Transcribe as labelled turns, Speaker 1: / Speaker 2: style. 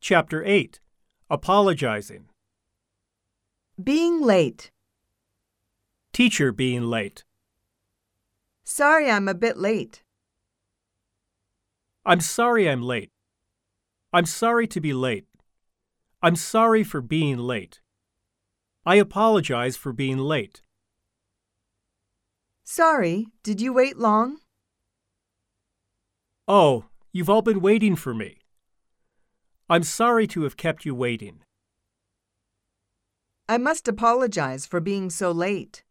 Speaker 1: Chapter 8 Apologizing
Speaker 2: Being late.
Speaker 1: Teacher being late.
Speaker 2: Sorry I'm a bit late.
Speaker 1: I'm sorry I'm late. I'm sorry to be late. I'm sorry for being late. I apologize for being late.
Speaker 2: Sorry, did you wait long?
Speaker 1: Oh, you've all been waiting for me. I'm sorry to have kept you waiting.
Speaker 2: I must apologize for being so late.